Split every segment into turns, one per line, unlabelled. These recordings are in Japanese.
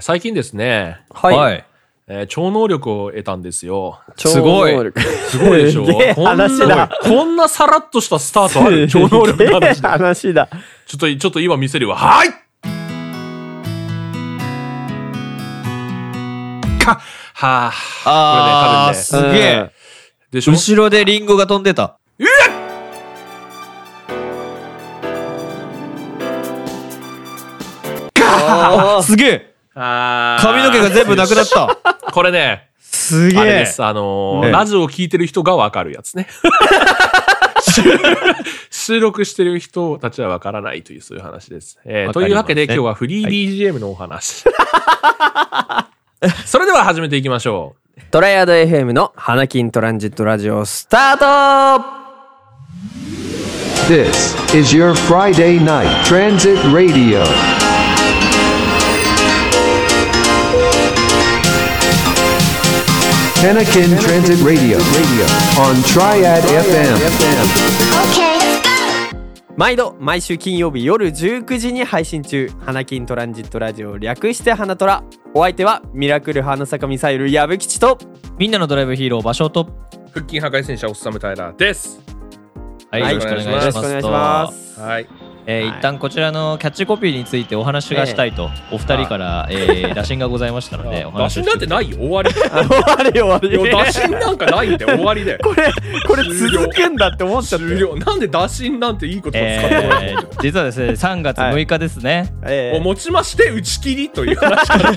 最近ですね、
はい。
はい。
えー超能力を得たんですよ。
すごい
超能 力。
すごいでしょ
すげえ
こんな
話だ
こんなさらっとしたスタートある超能力の話
す
で
げえ話だ。
ちょっと、ちょっと今見せるわ。はいか、はあ、
あー、
こ
すげ
う
え
ん。
でしょ
後ろでリンゴが飛んでた。あーすげえ
あー
髪の毛が全部なくなっ。た
これね、
すげ
あれ
え
です。あのー
ええ
ラジオを聞いてる人がわかるやつ ね。収録してる人たちはわからないという、そういう話です。えー
わか
と
りますね
いうわけで今日はフリー BGM のお話。 それでは始めていきましょう。
トライアド FM の花金トランジットラジオスター
This is your Friday night transit radio. Hanakin Transit Radio on Triad FM.
ト毎度毎週金曜日夜19時に配信中花金トランジットラジオ略して花トラお相手はミラクル花坂ミサイル矢吹吉と
みんなのドライブヒーロー場所と
腹筋破壊戦車おっさむタイラーです。
は
はい
よろしくお願いしま
よ
す
ろしくお願いします
はい。
えー
はい
一旦こちらのキャッチコピーについてお話がしたいと、お二人から、えー 打診がございましたのでお
打
話
診
を
なんてないよ、終わり。い
あ終わり終わり
や打診なんかないんで、終わりで。
これこれ続くんだって思っちゃった
終
よ
了。なんで打診なんていいこと使ってもらえな
え
いの
ー実はですね3月6日ですね、
え
をもちまして打ち切りという話から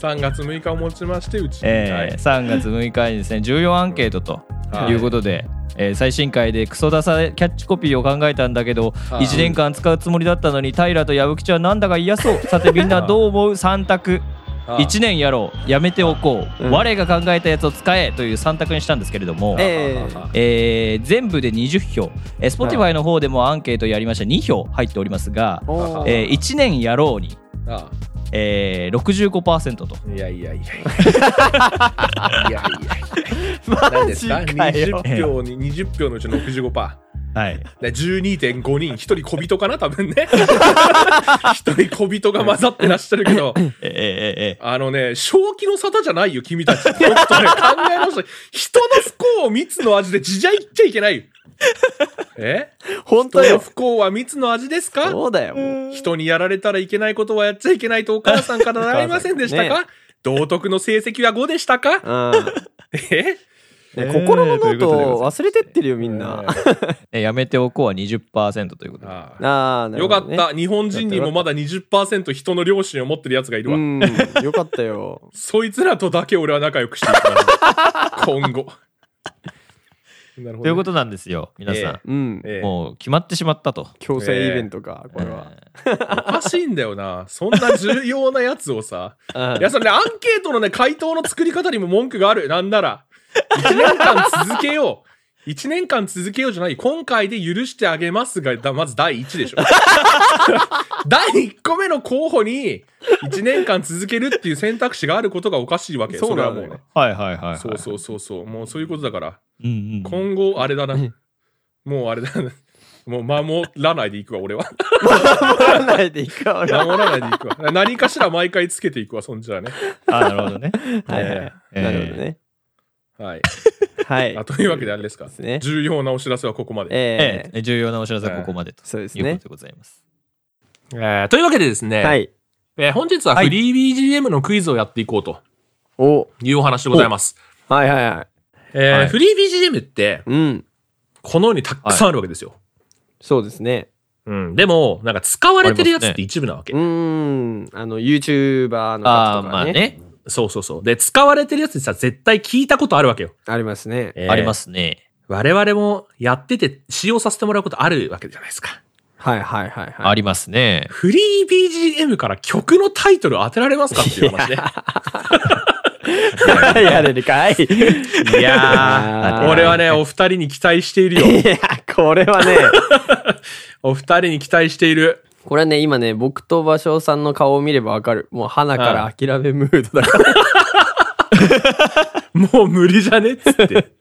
3月6日をもちまして打ち切り、は
え
い
ー3月6日にですね重要アンケートということで、えー最新回でクソダサキャッチコピーを考えたんだけど
はい
1年間使うつもりだったのに平と矢吹ちゃんなんだか嫌 そうさてみんなどう思う3択
あ
1年やろうやめておこう、
うん
我が考えたやつを使えという3択にしたんですけれども、
え
あ
ー
あ
えー全部で20票、えー、Spotify の方でもアンケートやりました2票入っておりますが、
おー
え1年やろうに、
あ
えー、65%と。
あいやいやいやいやいやいや何ですか
マジかよ
20票に20票のうちの65%パ
はい、
ー12.5人1人小人かな多分ね1人小人が混ざってらっしゃるけど
えーえーえー
あのね正気の沙汰じゃないよ君たち本当ね考え直して人の不幸を蜜の味で自じゃいっちゃいけないよえ
本
人
当
の
よ
不幸は蜜の味ですか
そうだよ もう
人にやられたらいけないことはやっちゃいけないとお母さんから習いませんでしたか、
ね
道徳の成績は5でした か
うん
え
ね心のノート
ということでござい
を忘れてってるよみんな。
えーやめておこうは20%ということで。
ああ
ああ、なる
よ
ほ
か
ど
っ
ね
た。日本人にもまだ20%人の良心を持ってるやつがいるわ、。
うん、よかったよ
そいつらとだけ俺は仲良くしていきます 今後なるほどね、
ということなんですよ、皆さん。
うん、
ええ
もう決まってしまったと。
強制イベントか、これは。
おかしいんだよなそんな重要なやつをさ
うん
いや、それね、アンケートのね、回答の作り方にも文句がある。なんなら。1年間続けよう。1年間続けようじゃない。今回で許してあげますが、だまず第1でしょ。 第1個目の候補に、1年間続けるっていう選択肢があることがおかしいわけ。
そう
れ
な
は
の
も
よ
うね。
はいはいはい、はい。
そうそうそうそう。もうそういうことだから。
うんうん。
今後、あれだな。もうあれだな。もう守らないでいくわ、俺は。
守らないでいいか、俺は。
守らないでいくわ。何かしら毎回つけていくわ、そんじゃあね。
あなるほど ね。
はいはい
ええ
なるほどね。
はい。
はい
あ。というわけであれですか
ですね
重要なお知らせはここまで。
え
ええ
え重要なお知らせはここまでと、
そうです
いうこ
ね
と。でございます。
えーというわけでですね、
はい。
えー本日はフリー BGM のクイズをやっていこうと
お、
いうお話でございます。
はいはいはい。
えー
はい
フリー BGM って、
うん、
このようにたくさんあるわけですよ。
そうですね。
うん、でも、なんか使われてるやつって一部なわけ。
うーん、あの、YouTuber の
ああ、
方と
まあ
かね。
ね、
そうそうそう。で、使われてるやつってさ、絶対聞いたことあるわけよ。
ありますね。
え。
ありますすね。
我々もやってて使用させてもらうことあるわけじゃないですか。
はいはいはいは
あ
い。
りますね。
フリー BGM から曲のタイトル当てられますかっていう話ね。
やれるかい
いや
いや
ー、
ー
俺はね、お二人に期待しているよ。
いや、これはね、
お二人に期待している。
これはね、今ね、僕と芭蕉さんの顔を見ればわかる。もう、花から諦めムードだから。
もう無理じゃねっつって。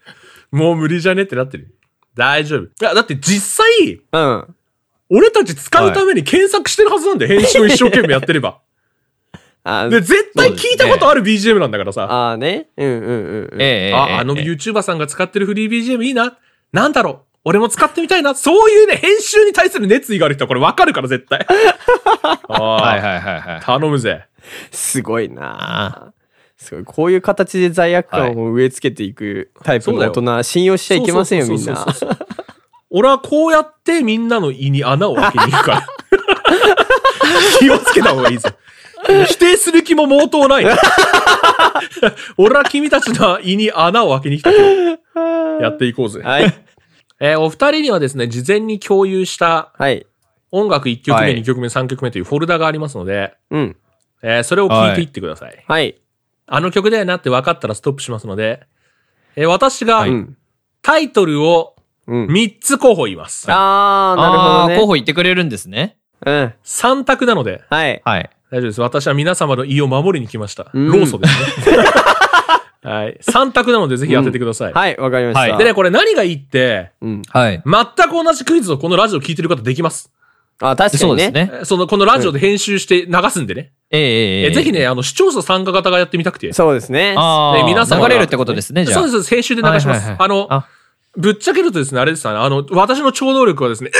もう無理じゃねってなってる。大丈夫。いや、だって実際、
うん。
俺たち使うために検索してるはずなんだよ。編集を一生懸命やってれば。
あ
で、絶対聞いたことある BGM なんだからさ。
あーね。うんうんうんうん。
ええ
あ、あの
ええ
YouTuber さんが使ってるフリー BGM いいな。なんだろう。俺も使ってみたいな。そういうね、編集に対する熱意がある人はこれわかるから、絶 対。
は
はい
はいはいはい。
頼むぜ。
すごいなあすごい。こういう形で罪悪感を植え付けていくタイプの大人、信用しちゃいけませんよ、
そう
みん
そう
な
そう。そうそうそう。俺はこうやってみんなの胃に穴を開けに行くから。 気をつけた方がいいぞ。否定する気も毛頭ない。 俺は君たちの胃に穴を開けに来たけど、やっていこうぜ。
はい。
えーお二人にはですね、事前に共有した
はい。
音楽1曲
は
目、
い
2曲目、3曲目というフォルダがありますので、
うん。
えーそれを聞いていってください。
はい。
あの曲だよなって分かったらストップしますので、えー私が
うん。
タイトルを
うん。
3つ候補言います。
あー、なるほど
あ
ね。
ー候補言ってくれるんですね。
うん。
3択なので、
はい。
はい。
大丈夫です。私は皆様の胃を守りに来ました。
ん
ローソですね。 はい。3択なのでぜひ当ててください。
はい、わかりました。
はい
でね、これ何がいいって、
うん。
はい。
全く同じクイズをこのラジオ聞いてる方できます。
あ、確か
そ
に
うです
ね。
え
ね。
ーその、このラジオで編集して流すんでね。
えええええ
え
え
ーぜひね、あの、視聴者参加型がやってみたくて。
そうですね。
あ
ね
あ、
皆様が
流れるってことですね、じゃあ。
そうです、そうです編集で流します。
はいはいはい
あの
あ
ぶっちゃけるとですね、あれですよね、あの、私の超能力はですね、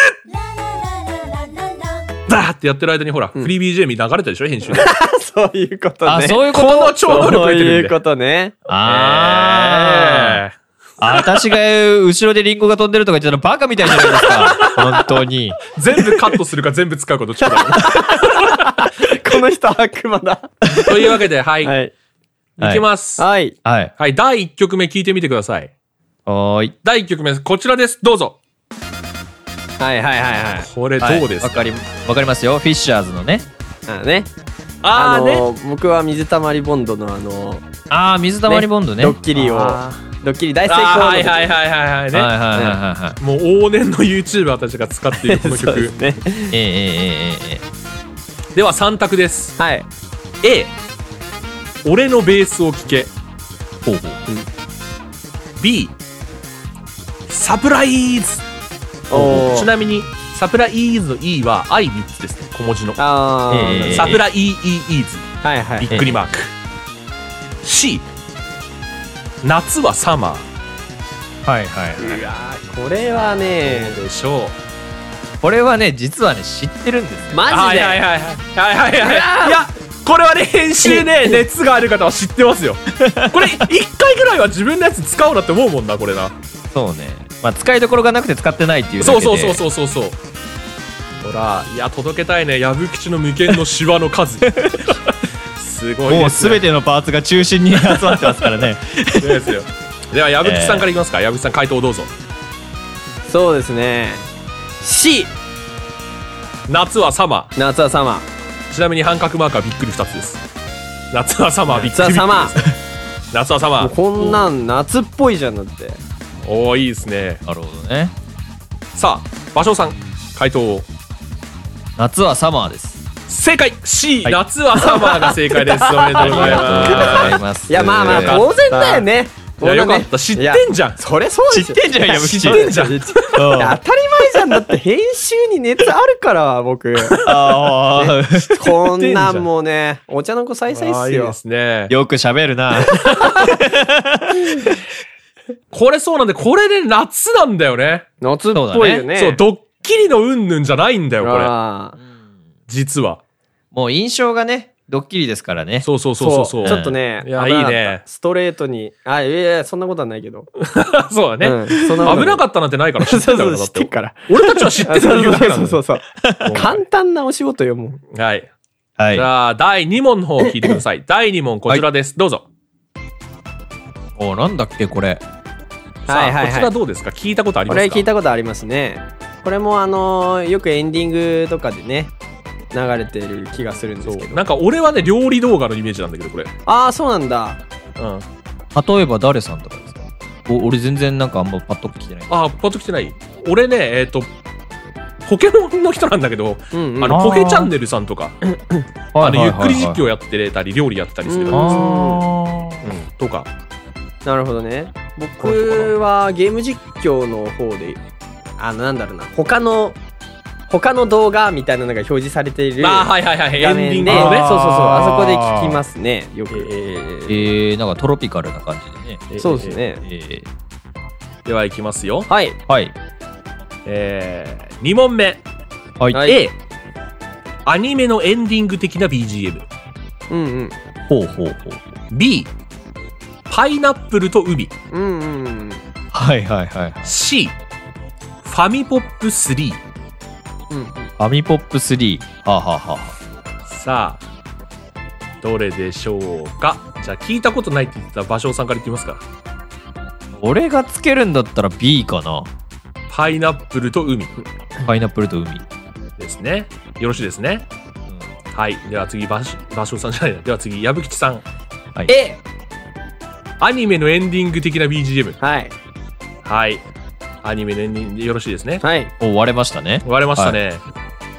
えっバーってやってる間にほら、フリー BGM に流れたでしょ、編集で。
そういうことね。
あ、そういうこ
ことの超能力
そ
を得
う
てるん
い
で
う。ことね。
あ
えー
あ、私が後ろでリンゴが飛んでるとか言ってたらバカみたいじゃないですか。本当に。
全部カットするか全部使うかどっちかだ。
この人悪魔だ。
というわけで、はい。
はい。
いきます。は
はい。
はい。
い。第1曲目聞いてみてください。
はーい。
第1曲目、こちらです。どうぞ。
はいはいはいはい。
これどうです
はいわかり、わかりますよ。フィッシャーズのね。
あのね。
あーね。
のー僕は水溜りボンドのあのー、
ああ、水溜りボンドね。
ドッキリを、
あ
ドッキリ大成功
あー
の
はいはいはいはいはい
はいはい
ね。
はいはいは
もう往年の YouTuber たちが使っているこの
そうで
曲
す。ね。
い。えええええええ
では3択です。
はい。
A 俺のベースを聴け
えほうほう。
B サプライズ
お
ち
ー。
なみにサプライズの E は I3 つですね小文字の
あー、
えー
サプライ E E ズ
はいはい
び。っくりマーク C 夏はサマ
はいはい。
うわーこれはね
ーでしょう
これはね、実はね、知ってるんですよ。
マジで、
はいはいはいはいはいはいはいいやこれはね編集ね熱がある方は知ってますよこれ1回ぐらいは自分のやつ使おうなって思うもんなこれな
そうね。まあ、使いどころがなくて使ってないっていうだ
そ
け
う
で。
そうそうそうそうそうほらいや届けたいね藪口の無限のシワの数すごい
も
で
う
す
す
ね
べてのパーツが中心に集まってますからね。
ですよでは藪口さんからいきますか藪口さん回答どうぞ
そうですね C
夏はサマ
夏はサマー
ーちなみに半角マークはびっくり2つです夏はサマーびっくり
夏はサマ
びっくり
ー
です 夏はサマ
もう
ー
こんなん夏っぽいじゃんだって
おおーいいですね
なるほどね。
さあ芭蕉さん回答を
夏はサマーです。
正解 C、
はい
夏はサマーが正解ですおめでとうござい
ありがとうござ
ま
います。
いやまあま
か
あ
った
当然だよね
すいやよかった知ってんじゃん
それそうで
知
す
っ
よ
てんじゃん、やぶき。
知ってんじゃん
いや当たり前じゃんだって編集に熱あるから 僕
あー
こんなんもうねお茶の子さいさいっ
あー
す
いいで
よ
すね
よく喋るな。
これそうなんで、これで夏なんだよね。
夏っぽいよね
そう、ドッキリのうんぬんじゃないんだよ、これ。
あー
実は。
もう印象がね、ドッキリですからね。
そうそうそうそ
そう
うそう。
ちょっとね
いや
危なかった
いいね
ストレートにあいやいやそんなことはないけど
そうだね、
うんそんなことない
危なかったなんてないから知ってたから
そ
だ
う そう
っ
知って
て
っ。から
俺たちは知ってたというだけなんだ
そう
よ
そうそうそう。簡単なお仕事よ、もう。
はい。
はい
じ。ゃあ、第2問の方を聞いてくだ さい。第2問、こちらです。どうぞ。
お、なんだっけ、これ。
さあ、こちら
こ
どうですか聞いたことありますか
れ聞いたことありますね。これもあのーよくエンディングとかでね、流れてる気がするんですけ
そう
ど。
なんか俺はね、料理動画のイメージなんだけど、これ。
ああ、そうなんだ。
うん。
例えば誰さんとかですかお俺全然なんかあんまパッと来てない。
あ、パッと来てない俺ね、えっ、と、ポケモンの人なんだけど、
うんうん。
あの、ポケチャンネルさんとか、あの、ゆっくり実況
況。
やってたり、料理やってたりする
うん
方です
あ
うんとか。
なるほどね。
この人か
僕はゲーム実況の方で、あの、なんだろうな、他の他の動画みたいなのが表示されている
あー
画
はいはいはいエンディ
面
ン
で、
グの
そうそうそう
ね
あそこで聞きますねよく、
え
えー、なんかトロピカルな感じでね。
ー
そうですね、
えー、
ではいきますよ
はい
はい。
えー、2問目、
はい。
はい
A アニメのエンディング的な BGM
うんうん
ほうほうほう。
B パイナップルと海
うんうんうん
はいはいはい。フ
C ファミポップ3
うん
ァミポップ3。はあ、はあはあは
さあどれでしょうかじゃあ聞いたことないって言ってた場所さんから言ってみますか
あ、俺がつけるんだったら B かな。
パイナップルと海
パイナップルと海。
ですねよろしいですねはいでは次場所場所さんじゃないなでは次矢吹吉さん
A
アニメのエンディング的な BGM
はい
はいアニメのエンディングよろしいですね
はい
お割れましたね。
割れましたね、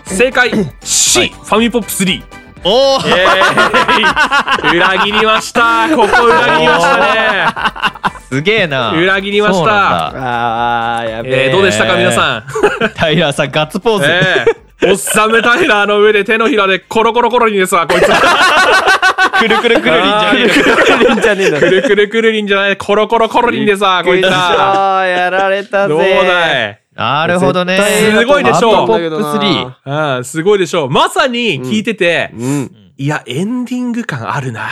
正解 C、
はい
ファミポップ3
おお
イエーイ裏切りましたここ裏切りました
すげえな。
裏切りました
そうなんだ。
あーや
ね、え
べえ
ーどうでしたか皆さん
タイラーさん、ガッツポーズ。
ええおっさんめタイラーの上で手のひらでコロコロコロリンですわ、 こいつ。
くるくるくるりんじゃねえよ
るんじゃねえんだ
くるくるくるリンじゃない、コロコロコロリンですわ、こいつは。
やられた
ど
ぜ
うだい
なるほどね。
対すごいでしょう
ポップ3。
ああ、すごいでしょう。まさに聞いてて、
うん
いや、エンディング感あるな。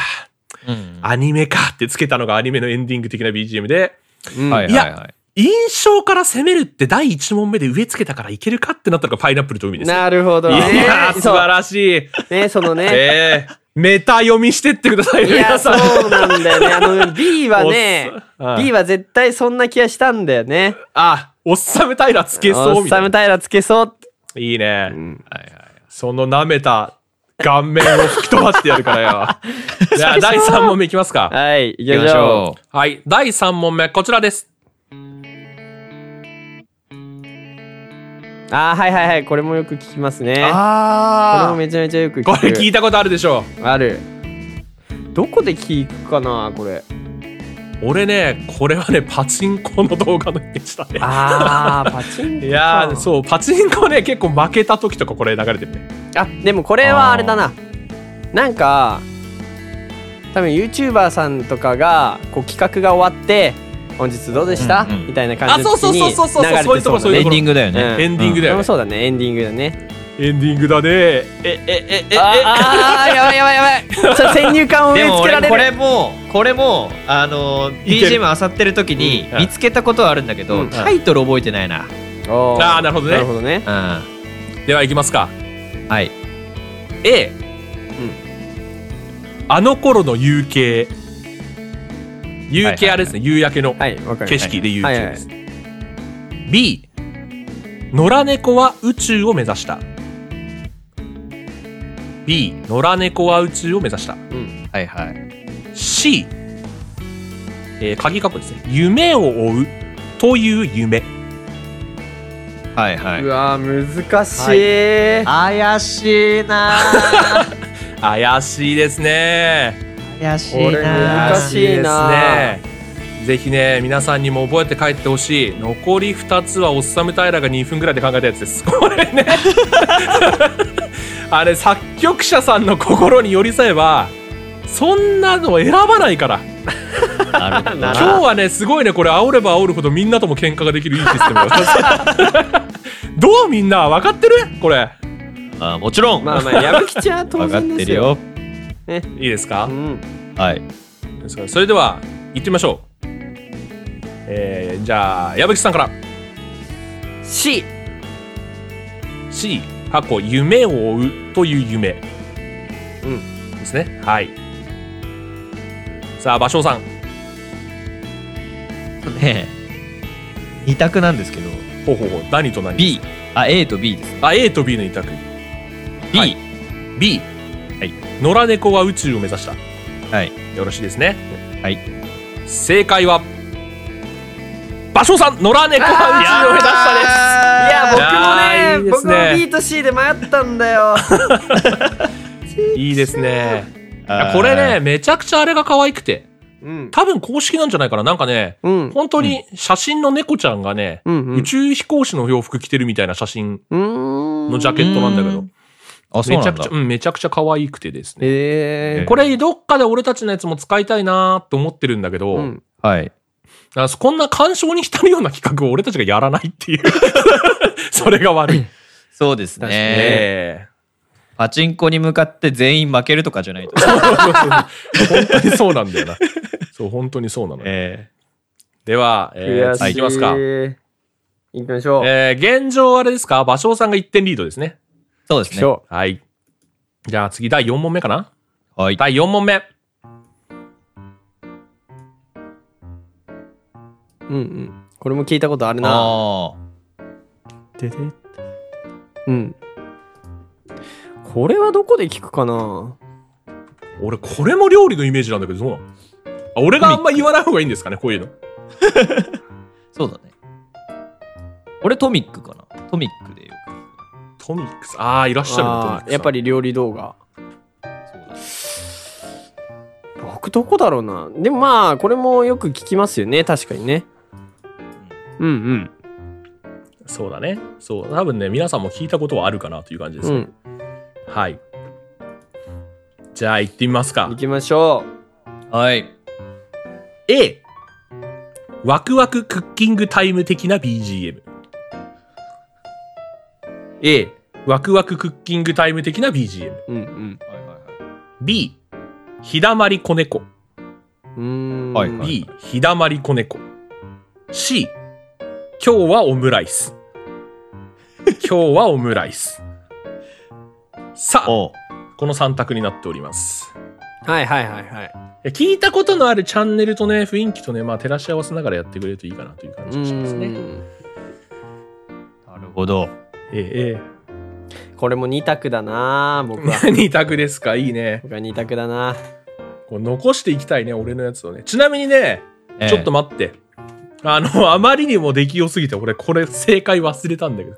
うん
アニメかってつけたのがアニメのエンディング的な BGM で、
うん
はいはい
い
は
や印象から攻めるって第1問目で植え付けたからいけるかってなったのがパイナップルと海です。
なるほど
い
ね
やー、素晴
そう
らしい。
ねそのね
ええ メタ読みしてってください、
いや
皆さん。
そうなんだよねあの B はね
おっさんはい
B は絶対そんな気がしたんだよね
あ、おっさめタイラつけそう
おっ
みた
さ
い
む
な。
タイラつけそう
いいね。
い。
その舐めた顔面を吹き飛ばしてやる からよ。じゃあ、第3問目いきますか。
はい行
行
き
き
ま
ま
し
し
ょ
ょ
はい、第3問目、こちらです。
うあーはいはいはいこれもよく聞きます
う。
ねこれも
あ
めちゃめちゃよく聞く
これ聞いたことあるでしょ
あるどこで聞くかなこれ
う。俺ね、これはね、パチンコの動画のイメージだね。
あ ーパチンコ
いやー、
う
そう、パチンコね、結構負けた時とかこれ流れてるね。
あでもこれはあれだななんか多分 YouTuber さんとかがこう企画が終わって本日どうでした、
うんうん
みたいな感じの
あそう
時に
そうそうそうそうそういうとこそう
流
いうとこ
れて
エンディングだよ
うん
ね。
エンディングだ
そ
よ
う
ね。
そうだねエンディングだね
エンディングだね。え、え、え、え、え、
ああーやばいやばい やばいちょっと先入観を植
で
え
も
付けら
俺
れ
こ
る
れもこれもあのー
いける
BGM あさってる時に
うん
見つけたことはあるんだけど、
うん
タイトル覚えてないな、
おー
あーなるほどね
なるほどね
う
では、いきますか。
ん、はい
A、あの頃の夕景夕景あれですね、夕焼けの
はいわかり
景
ました
色で夕景
はいはいはい
です、B 野良猫は宇宙を目指した B 野良猫は宇宙を目指した
うん
はいはい
C、えー、鍵括弧ですね夢を追うという夢
はいは
うわー難しい、
怪しいな
怪しいですね
怪し
いなこれ難しいな
ですねぜひね皆さんにも覚えて帰ってほしい残り2つはおっさむ平が2分ぐらいで考えたやつです これねあれ作曲者さんの心に寄り添えばそんなの選ばないから
なるほど
今日はねすごいねこれ煽れば煽るほどみんなとも喧嘩ができるいいシステムだ どうみんな分かってるこれ
あもちろん、
まあまあ矢吹ちゃんは当
分かっ
然で
て
す
る
よ
よ
いいですか
うん
はい
それでは行ってみましょうえー、じゃあ矢吹さんから
C
C 過去夢を追うという夢
ん
ですね、はいさあ芭蕉さん
ねえ二択なんですけど
ほうほうほう何と何
B あ A と B ですね
あ A と B の2択
B
は
はいい、
B、
はい、
野良猫は宇宙を目指したよろしいですね
はい
正解は芭蕉さん野良猫は宇宙を目指したです
い
あー
いや
や
ーいい
僕もね
です
僕
ね
も B と C で迷ったんだよ
いいですね
あー
これねめちゃくちゃあれが可愛くて
うん
多分公式なんじゃないかななんかね
うん
本当に写真の猫ちゃんがね、
うんうん
宇宙飛行士の洋服着てるみたいな写真
うーん
のジャケットなんだけど。
あ、そう
めち
な
ゃ
ん
くち
だ
ゃ、。うん、めちゃくちゃ可愛くてですね。
え
え
これ、どっかで俺たちのやつも使いたいなと思ってるんだけど、
ーうん
はい。
あそこんな干渉に浸るような企画を俺たちがやらないってい う。それが悪い。ね
そうです
確かに
ね。
え
パチンコに向かって全員負けるとかじゃないと。
本当にそうなんだよな。そう、本当にそうなのよ。
え
では、えー
悔し
続きますか。
行きましょう。
えー現状あれですか芭蕉さんが1点リードですね。
ーそうで
行きます
ね。
ょ
はい。じゃあ次第4問目かな
はい。
第4問目。
う。うんうん。これも聞いたことあるな。
あ
ででうん。これはどこで聞くかな
俺、これも料理のイメージなんだけど、そうなのあ俺があんま言わない方がいいんですかね、こういうの。
あ、そうだね。俺トミックかな。トミックでよく。
トミックス。ああ、いらっしゃるねトミッ
あ
ク
ー
ス。
やっぱり料理動画。
そうだね
僕どこだろうな。でもまあ、これもよく聞きますよね。確かにね。うん
そうだね。そう。多分ね、皆さんも聞いたことはあるかなという感じで
うん。
す
う
ね。
ん。
はい。じゃあ、行ってみますか
行。きましょ
はい。
A。ワクワククッキングタイム的な BGM。A。ワクワククッキングタイム的な BGM。
う。うん
はいはいはい
B。ひだまり子猫。
うん。うーん。
はいはい
B。ひだまり子猫。C。今日はオムライ ス。今日はオムライス。さあ、
おう
この3択になっております。
はいはいはいはい。
いや聞いたことのあるチャンネルとね、雰囲気とね、まあ、照らし合わせながらやってくれるといいかなという感
う
じがしますね。
ーん。
なるほど。
え
これも2択だな僕
え、え
は。
え。2択ですか、いいね。
僕は2択だな
こう残していきたいね、俺のやつをね。ちなみにね、
ええ
ちょっと待って。あの、あまりにも出来よすぎて、俺、これ、正解忘れたんだけど。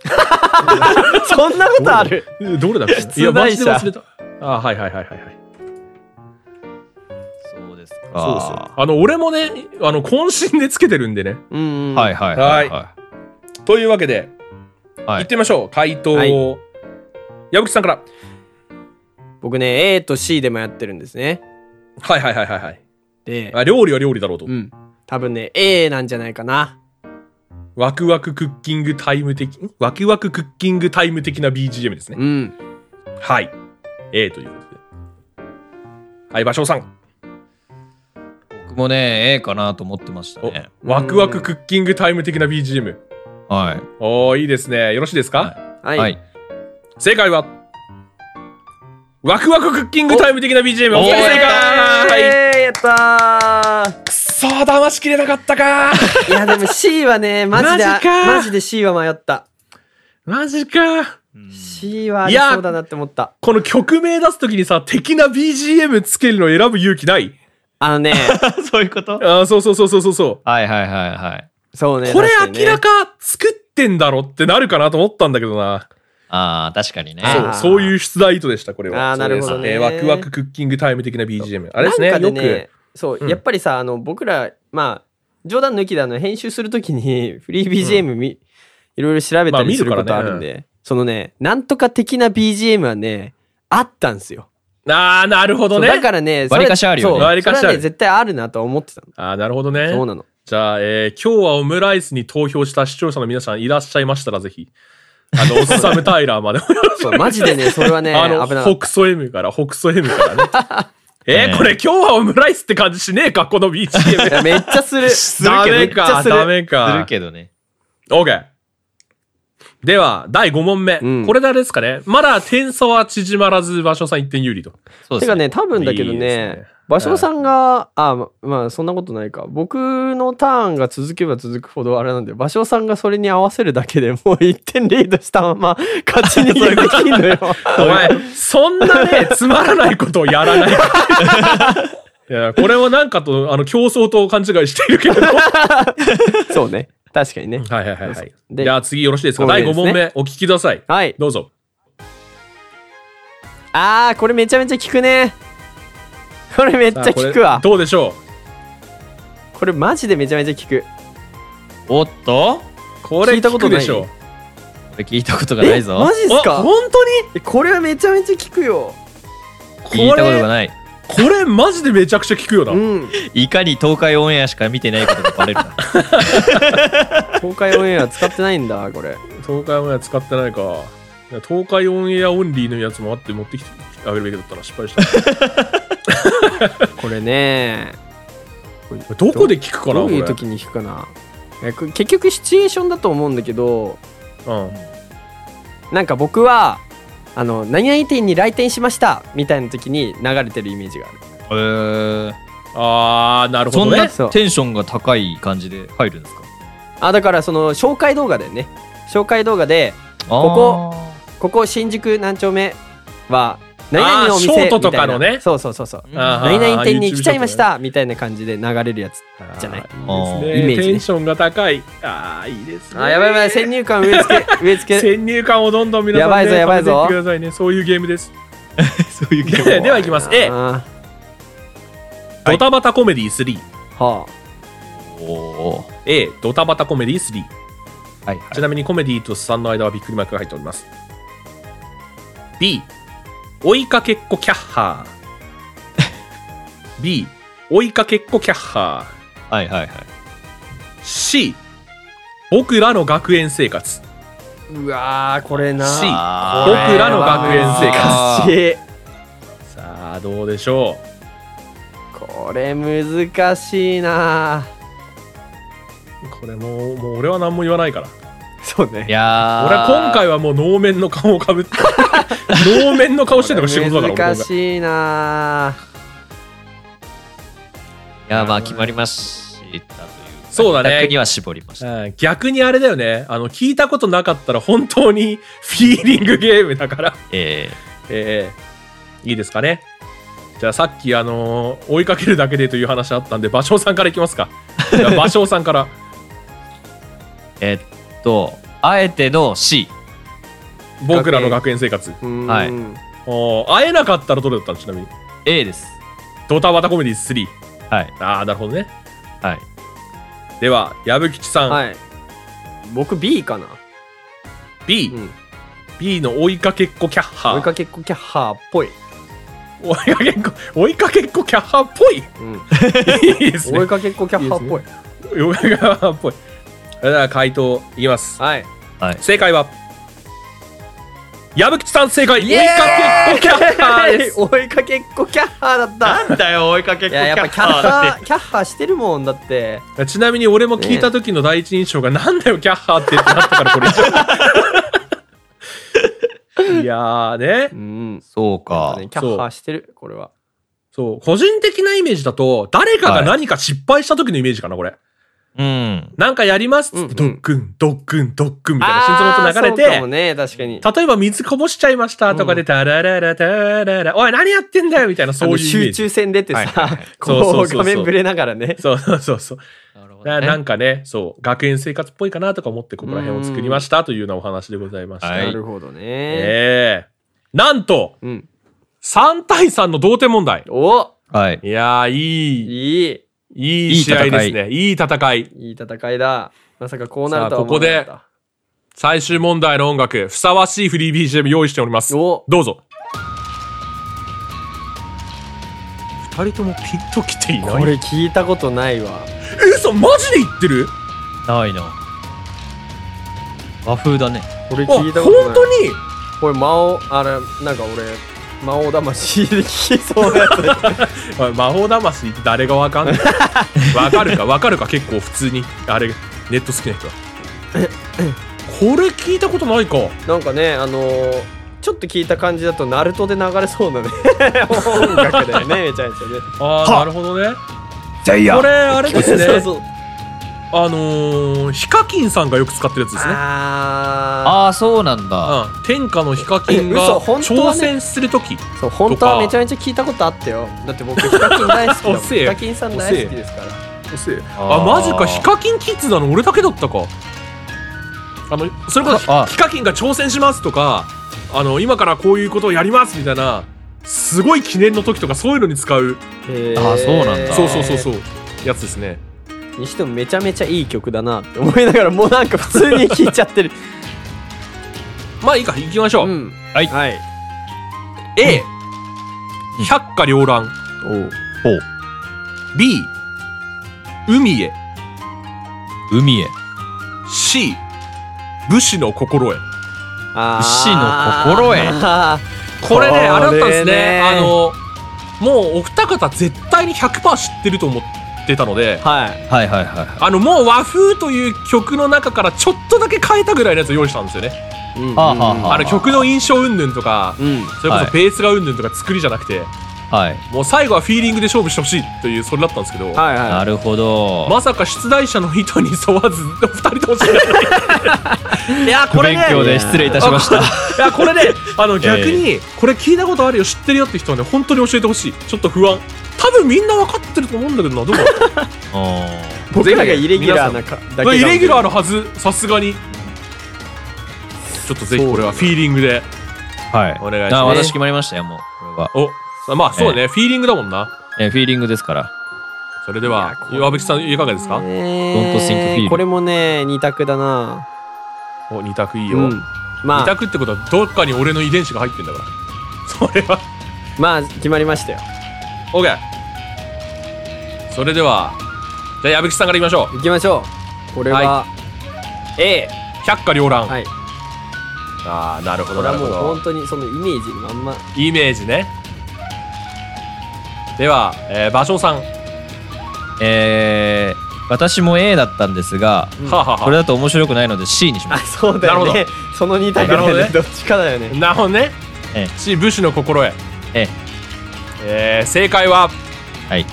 そんなことある
えどれ だっけい
出
や、マ
題
ジ
者
で忘れた。あ、はいはいはいはいはい。
そうです
そう
か。
そう。あの、俺もね、あの、渾身でつけてるんでね。
うん、うん。
はい。はいはいは
というわけで、
い。は
行っ
い。
てみましょう。回答を。
はい
矢口さんから。
僕ね、A と C でもやってるんですね。
はいはいはいはいはい。
で、
あ料理は料理だろうと。
うん。多分ね、A なんじゃないかな。
ワクワククッキングタイム的、んワクワククッキングタイム的な BGM ですね。
うん。
はい。A ということで。はい、場所さん。
僕もね、A かなと思ってました
お
ね。
ワクワククッキングタイム的な BGM。
は。
おー、いいですね。よろしいですか、
はいい。
はい。
正解は、ワクワククッキングタイム的な BGM。お
お
二人正
イ
解
エーイやった
くそー、騙しきれなかったかー
ーいやでも C はねマジで
マジか
マジで C は迷った
マジかー。
C はありそうだなって思った
この曲名出すときにさ、的な BGM つけるの選ぶ勇気ない
あのね
そういうこと
あーそうそうそうそうそうそう。
はいはいはいはい。
そうね
これ
確にね
明らか作ってんだろってなるかなと思ったんだけどな。
ああ、確かにね。
あ
そ
ー
う、そういう出題意図でした、これは。
あーなるほ
そ
どね
うですえーワクワククッキングタイム的な BGM。あれですね、
なんか
よ
で
く。
そう、
うん
やっぱりさあの僕らまあ冗談抜きであの編集するときにフリー BGM み、いろいろ調べ
ま
た
あ
り
見
す
る
る
から
こ
ね
とあるんで、そのねなんとか的な BGM はねあったんですよ、
あー、なるほど
そうだ
ね。
からねそれ
割かしあるよね
そう
割かしある
それはね絶対あるなとは思ってたの、
あー、なるほどね。
そうなの
じゃあ、えー今日はオムライスに投票した視聴者の皆さんいらっしゃいましたら、ぜひ、あ の、おすさむタイラーまで。
そうマジ でねそれはね
あの、
危なかっ
北ソ M から、北ソ M から ね。え
ね
ー、これ今日はオムライスって感じしねえか、この BGM。
ためっちゃする
る
ダ
けど
メ
めっちゃ
か、
する
ダメか。
するけどね。
OK。では、第5問目。
うん
これであれですかね。まだ点差は縮まらず、場所さん1点有利と。
そう
て
です
か
ね。
ね多分だけど
いいですね
ね芭蕉さんが、あままあそんなことないか僕のターンが続けば続くほどあれなんで芭蕉さんがそれに合わせるだけでもう1点リードした まま勝ち逃げできんのよ
お前、そんなね、つまらないことをやらない。 いや、これはなんかと、あの、競争と勘違いしているけれど。は
そうね確かにね
いはいはいはい。
で
じゃあ次よろしいですか。
五問目
第
で
5
すね
問目、お聞きください。
はい
どうぞ。
あーこれめちゃめちゃ効くねこれめっち
さ
ゃ
あ
効く
これ
わ
どうでしょ
これマジでめちゃめちゃ効く
おっと
うこれ
聞いたこと
聞く
ない
でしょう。
れ聞いたことがないぞ
マジっす
あ
か
本当に
えこれはめちゃめちゃ効くよ
こ
聞いたことが
れ
ない
これマジでめちゃくちゃ聞くよな、
うん
いかに東海オンエアしか見てないことがバレるな
東海オンエア使ってないんだこれ
東海オンエア使ってないか東海オンエアオンリーのやつもあって持ってきてあげるべきだったら失敗した
これね
どこで聞くかな
どういう
これ
時に弾くかなえこ結局シチュエーションだと思うんだけど
うん
なんか僕はあの何々店に来店しましたみたいな時に流れてるイメージがある
えー、
ああなるほ
そん
ど
な
ね
そう
テンションが高い感じで入るんですか
あだからその紹介動画だよね紹介動画でこここ新宿何丁目は何々のお店
あーショートとかのね
みたいなそうそうそうそう
こ
あー
何々店に来ちゃいまし
YouTube
たみたいな感じで流れるやつじゃない
あーいいですね
イメージね
テンションが高いああいいですね
あやばいやばい先入観植え付 け植え付け
先入観をどんどん皆さん、ね、
やばいぞやばいぞ
食べてってくださいねそういうゲームです
そういう
でではいきます
あ
A
ー
ドタバタコメディ3
は
A ドタバタコメディ3
はい
ちなみにコメディと3の間はびっくりマークが入っております B 追いかけっこキャッハ ー B 追いかけっこキャッハー
はいはいはい
C 僕らの学園生活
あうわーこれな
C
あー
僕らの学園生活
あ
生活
さあどうでしょ
これ難しいな
うこれもうもう俺は何も言わないから
そうね
いやー
俺は今回はもう能面の顔をか ぶって能面の顔してるのが仕事だから
難しいなぁ
いやまあ決まりましたという
そうだね
選択には絞りました
うん逆にあれだよねあの聞いたことなかったら本当に フィーリングゲームだから
え
ええいいですかねじゃあさっきあのー追いかけるだけでという話あったんで芭蕉さんからいきますかじゃあ芭蕉さんから
ーえっとあえての C
僕らの学園生活
うーん
はい
おー会えなかったらどれだったのちなみに
A です
ドタバタコメディ3
はい
ああなるほどね
はい
では藪吉さん、
はい僕 B かな、
B、
うん、
B の追いかけっこキャッハー
追いかけっこキャッハーっぽい、
追いかけっこ追いかけっこキャッハーっぽい
うん、
いいです
追
ね
いかけっこキャッハーっぽい
追いかけっこキャッハーっぽいそれでは回答いきます
はい
正解は矢吹さん正解追いかけっこキャッハーです
追いかけっこキャッハーだった
んだよ追いかけっ
いややっぱキャッハーキャッハーしてるもんだって
ちなみに俺も聞いた時の第一印象が、なんだよキャッハーってってなったからこれ以上 いやー
う
ね
ん
そうか
ねキャッハーしてるこれは
そう個人的なイメージだと誰かが何か失敗した時のイメージかなこれ
うん
なんかやりますっつって、ド
うんう
ックンドックンドックンみたいな心臓の
あー
音流れ
そう
て、
かもね確かに
例えば水こぼしちゃいましたとかで、タラララタララ、おい、何やってんだよみたいな、
あ
そういう
の
イメー
集
ジ。
中戦出て
はいはい
さ
は
そうそ
い
うそ
こ
う
う
そう
画面ぶれながらね
そうそうそうそう。
なるほ
な
どね
なんかね、そう、学園生活っぽいかなとか思って、ここら辺を作りましたというようなお話でございました。
はい
なるほどね
ええなんと、
うん
3対3の同点問題。
お
はい
いやー、いい、
いい
い
い
い
い
試合です
戦
ね。いい戦い。
いい戦いだ。まさかこうなるとは思わなかっ
最終問題の音楽、ふさわしいフリー BGM 用意しております。
た。お
どうぞ。二人ともピンときてい
こ
ない。
れ聞いたことないわ。
嘘、マジで言ってる
ないな和風だね
これ
あ、
聞
本
いたことない。
当に
これ魔王、あれ、なんか俺、魔王魂で 聞きそうなやつ。
おい魔法魂って誰がわかん ないわかるかわかるか結構普通にあれネット好きな人はこれ聞いたことないか
なんかね、あのー、ちょっと聞いた感じだと、ナルトで流れそ うなね、音楽だよね、めちゃめちゃね。
ああなるほどねこれあれですね
そうそう。
あのー、ヒカキンさんがよく使ってるやつですね
あ
ああそうなん
う
だ
ん、天下のヒカキン
え
が
嘘本当
挑
はね
戦するとき、
あ、そう、本当はめちゃめちゃ聞いたことあったよ。だって僕、ヒカキン大 好きだもん。
遅えよ
ヒカキンさん大好きですから。
あ
ー
マジかヒカキンキッズなの俺だけだったかあのそれこそヒ
あ
ヒカキンが挑戦しますとかあの今からこういうことをやりますみたいなすごい記念の時とかそういうのに使う
へー
あーそうなんだ
そうそうそうそうやつですね
にしてもめちゃめちゃいい曲だなって思いながらもうなんか普通に聴いちゃってる
まあいいか、行きましょう。
うん
はい
はい
A、百花繚乱。
おう
B、海へ。
海へ
C、武士の心得。
あー
武士の心得
あ
これね、あれだったんです
これ
ね。
ね
あの、もうお二方絶対に100%知ってると思ってたので
ー、はい
はいはいはいはい
あの、もう和風という曲の中からちょっとだけ変えたぐらいのやつを用意したんですよね。
うん
はあはあは
あの曲の印象云々とか、
うん
それこ
は
そ
い
ベースが云々とか作りじゃなくて、
はい
もう最後はフィーリングで勝負してほしいというそれだったんですけど、
はい
な
は
るほど
まさか出題者の意図に沿わず お二人とも知らない
いいや
不勉強で失礼いたしました
いやこれねあの逆にこれ聞いたことあるよ知ってるよって人はね本当に教えてほしいちょっと不安多分みんな分かってると思うんだけどなどうだろ
う
僕らがイレギュラーなかだけ
うイレギュラー
な
のはずさすがにちょっとぜひこれは
そう
フ
だね
ィーリングで
んはい
お願いし
あ
ます
私決まりましたよもうこれは
おまあそうだね、フィーリングだもんな
えーフィーリングですから
それでは岩吹さんいかがですか、
え
Don't think feel
ー、これもね二択だな
お二択いいよ、
うんま
二
あ
択ってことはどっかに俺の遺伝子が入ってんだから それは
まあ決まりましたよ
OK それではじゃあ矢吹さんからいきましょう
行きましょうこれは、A
百花繚乱、
はい
ああなるほど
これ
な
は
る
も
ほ
う
ど
本当にそのイメージまんま
イメージねでは、えー、馬匠さん、
えー私も A だったんですが
はあはあ
これだと面白くないので C にしま
あ
す
そうだよ
な
ね
る
その二択だよね
なるほど
どっちかだよね
なるほどね
え
C 武士の心得
え
えー、正解は
はい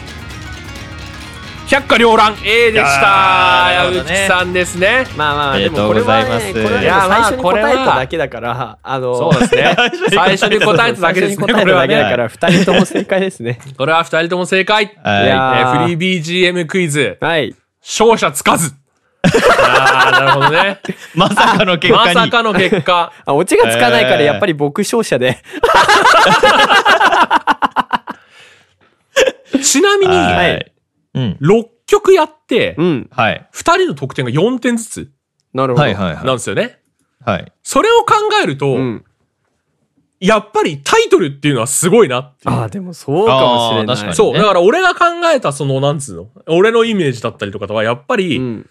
百花繚乱 A でした
あーなるほ
矢
どね
吹さんですね
まあまあまあ
あり
で
がと
も
う
これ
ござ
はい
ます
ねこれはい
やまあ
最初に
これは
答えただけだからあの
そうですね最初に答えただけですね
最初に
こ
答え
れ
た
は
だけだ
ね
から二人とも正解ですね
これは二人とも正解、
はい
い
え
や
ー
あー
フリー BGM クイズ
はい
勝者つかずあーなるほどね
まさかの結
ま
果に
さかの結果
あオチがつかないから
えー
やっぱり僕勝者で
ちなみに、
は
はい
うん
6曲やって、
うん
はい
2人の得点が4点ずつ
なるほど
はいはい
なん
は
ですよね。
いはい
それを考えると、
うん
やっぱりタイトルっていうのはすごいなっていう
ああでもそうかもしれ
あ
な
ー
い
確かに
そう。
ね
だから俺が考えたその、なんつうの俺のイメージだったりとかとは、やっぱり、
う
伝
ん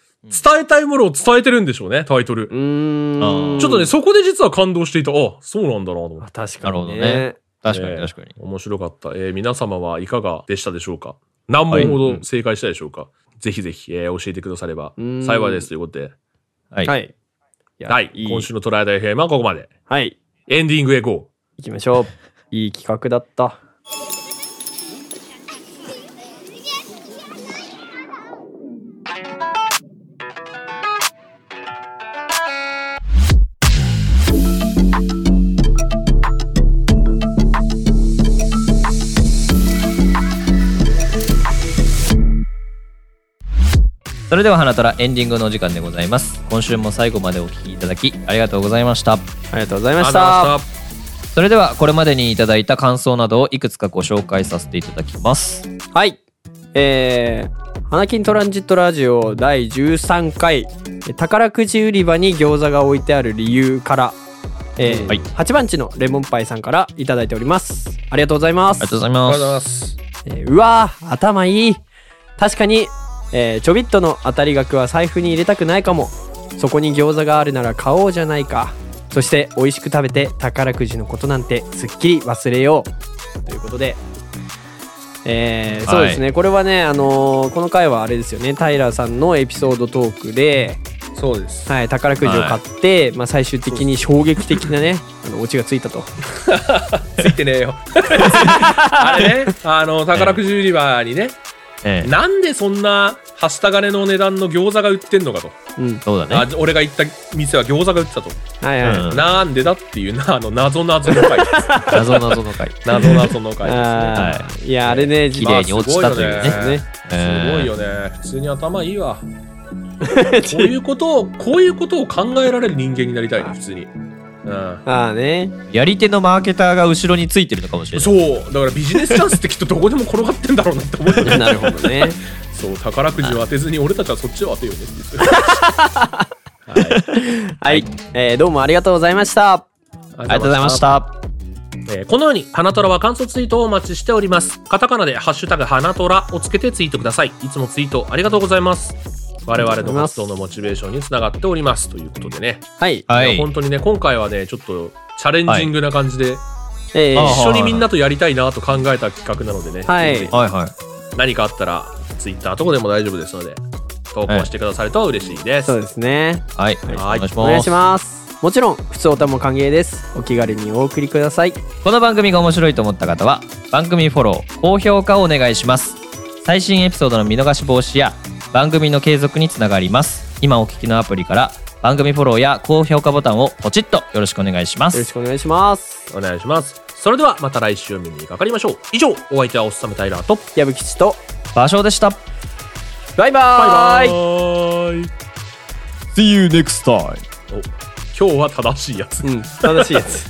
えたいものを伝えてるんでしょうね、タイトル。
うー
あ
ん
ー
ちょっとね、そこで実は感動していた。あ、そうなんだなと思って。
あ確かにね
なる確か
え
に
ー
確かに
面白かった。えー皆様はいかがでしたでしょうか何問ほど正解したでしょうか、ぜひぜひ、えー教えてくだされば
うん
幸いですということで。
はい
はいいや
はい。
い
今週のトライアダイ FM はここまで。
はい
エンディングへ GO!
行きましょういい企画だった
それでは花たらエンディングのお時間でございます今週も最後までお聞きいただきありがとうございました
ありがとうございま
ありがとうご
し
ざいましたた。
それではこれまでにいただいた感想などをいくつかご紹介させていただきます
はい。えー、花金トランジットラジオ第13回、宝くじ売り場に餃子が置いてある理由から、えー
はい
8番地のレモンパイさんからいただいております。ありがとうございま
あり
す
が。とうござい
あり
ま
がと
す
うございます。
えーうわー、頭いい。確かに、えーちょびっとの当たり額は財布に入れたくないかも。そこに餃子があるなら買おうじゃないか。そして、美味しく食べて宝くじのことなんてすっきり忘れよう。ということで、えーそうですね、これはね、あのーこの回はあれですよね、タイラーさんのエピソードトークで、
そうです。
はい、宝くじを買って、まあ、最終的に衝撃的なね、 あのオチがついたと。
ついてねえよ。あれね、あの、宝くじ売り場にね、
ええ
なんでそんな、はした金の値段の餃子が売ってんのかと。
うん、
そうだ
あ
ね
俺が行った店は餃子が売ってたと。
はいはい。
うん
なんでだっていうな、あの、謎謎の 回です。
謎謎の回
謎謎の回で
あーいや、あれね、綺
綺麗に落ちたという
まあすごいよす
ね。
ね
ね。すごいよね。普通に頭いい わ。こういうことを、こういうことを考えられる人間になりたいね、普通に。うん。
ああね。
ええやり手のマーケターが後ろについてるのかもしれない
そう、だからビジネスチャンスってきっとどこでも転がってんだろうなって思うよね。
なるほどね。
そう宝くじを当てずに俺たちはそっちを 当てようねって言って
はい、えーどうもありがとうございました。
あ
りがとうございました。
えーこのように、花虎は感想ツイートをお待ちしております。カタカナで、ハッシュタグ、花虎をつけてツイートください。いつもツイートありがとうございます。我々の活動のモチベーションにつながっております。ということでね。
はい。
い
は
や
い。
本当にね、今回はね、ちょっと、チャレンジングな感じで、
えー
あ
一緒にみんなとやりたいなと考えた企画なのでね、
はい
ぜひ
はいはい。
何かあったら、ツイッターとかでも大丈夫ですので、投稿してくださると嬉しいです。
そうですね。
はい。
はい
お願いし
お願いし
ます。
ます。もちろん、普通おたも歓迎です。お気軽にお送りください。
この番組が面白いと思った方は、番組フォロー、高評価をお願いします。最新エピソードの見逃し防止や、番組の継続につながります。今お聞きのアプリから、番組フォローや高評価ボタンをポチッとよろしくお願いしま
よろ
す
し。くお願いします。
お願いします。それでは、また来週お耳にかかりましょう。以上、お相手はおっさめタイラーと、
矢吹吉と、
場所でした。
バイバーイ
バイ。
See you next time.
お今日は正しいやつ。
うん、正しいやつ。